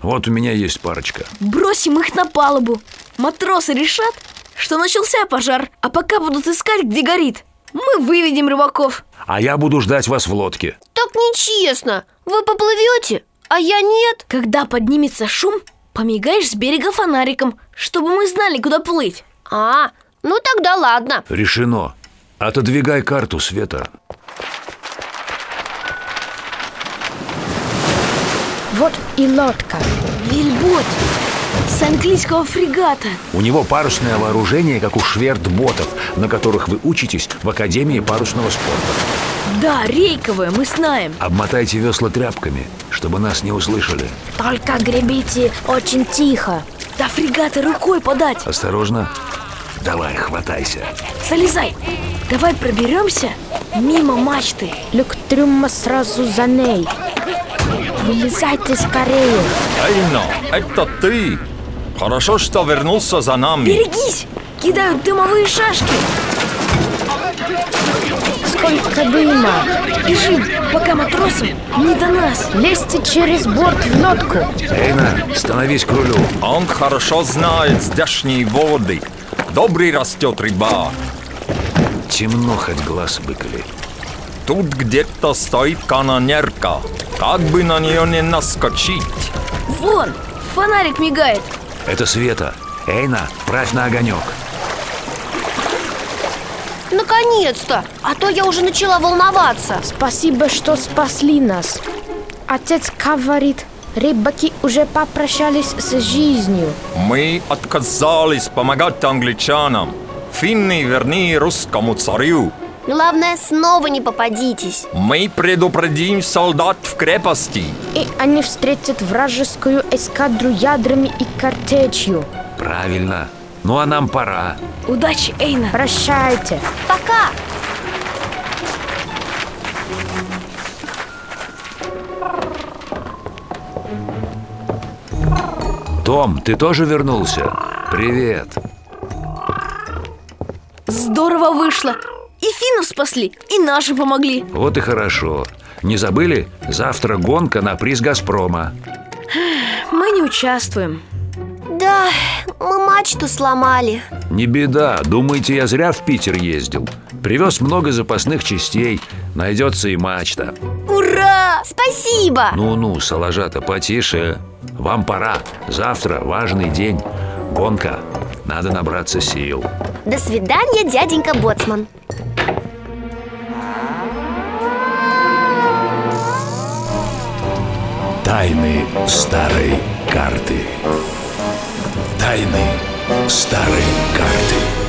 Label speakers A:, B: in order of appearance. A: Вот у меня есть парочка
B: Бросим их на палубу. Матросы решат, что начался пожар, а пока будут искать, где горит. Мы выведем рыбаков.
A: А я буду ждать вас в лодке
C: Так нечестно. Вы поплывете, а я нет.
B: Когда поднимется шум, помигаешь с берега фонариком, чтобы мы знали, куда плыть.
C: А, ну тогда ладно.
A: Решено. Отодвигай карту, Света.
D: Вот и лодка.
B: Вильбот с английского фрегата.
A: У него парусное вооружение, как у швердботов, на которых вы учитесь в Академии парусного спорта.
B: Да, рейковая, мы знаем.
A: Обмотайте весла тряпками, чтобы нас не услышали.
D: Только гребите очень тихо.
B: До фрегата рукой подать.
A: Осторожно. Давай, хватайся.
B: Залезай. Давай проберемся мимо мачты.
D: Люк трюма сразу за ней. Вылезайте скорее.
E: Эйно, это ты! Хорошо, что вернулся за нами.
B: Берегись! Кидают дымовые шашки.
D: Сколько дыма.
B: Бежим, пока матросам не до нас.
D: Лезьте через борт в лодку.
A: Эйна, становись к рулю.
E: Он хорошо знает здешние воды. Добрый растет рыба.
A: Темно хоть глаз выколи.
E: Тут где-то стоит канонерка. Как бы на нее не наскочить.
B: Вон, фонарик мигает.
A: Это Света. Эйна, правь на огонек.
C: Наконец-то. А то я уже начала волноваться.
D: Спасибо, что спасли нас. Отец говорит, рыбаки уже попрощались с жизнью.
E: Мы отказались помогать англичанам. Финны верни русскому царю.
C: Главное, снова не попадитесь.
E: Мы предупредим солдат в крепости.
D: И они встретят вражескую эскадру ядрами и картечью.
A: Правильно. Ну а нам пора.
B: Удачи, Эйна.
D: Прощайте.
C: Пока.
A: Том, ты тоже вернулся? Привет.
B: Здорово вышло. И финнов спасли, и наши помогли.
A: Вот и хорошо. Не забыли? Завтра гонка на приз «Газпрома».
B: Мы не участвуем.
C: Да, мы мачту сломали
A: Не беда, думаете, я зря в Питер ездил. Привез много запасных частей, найдется и мачта.
B: Ура!
C: Спасибо!
A: Ну-ну, Соложата, потише. Вам пора. Завтра важный день. Гонка. Надо набраться сил.
C: До свидания, дяденька Боцман
F: Тайны старой карты. Тайны старой карты.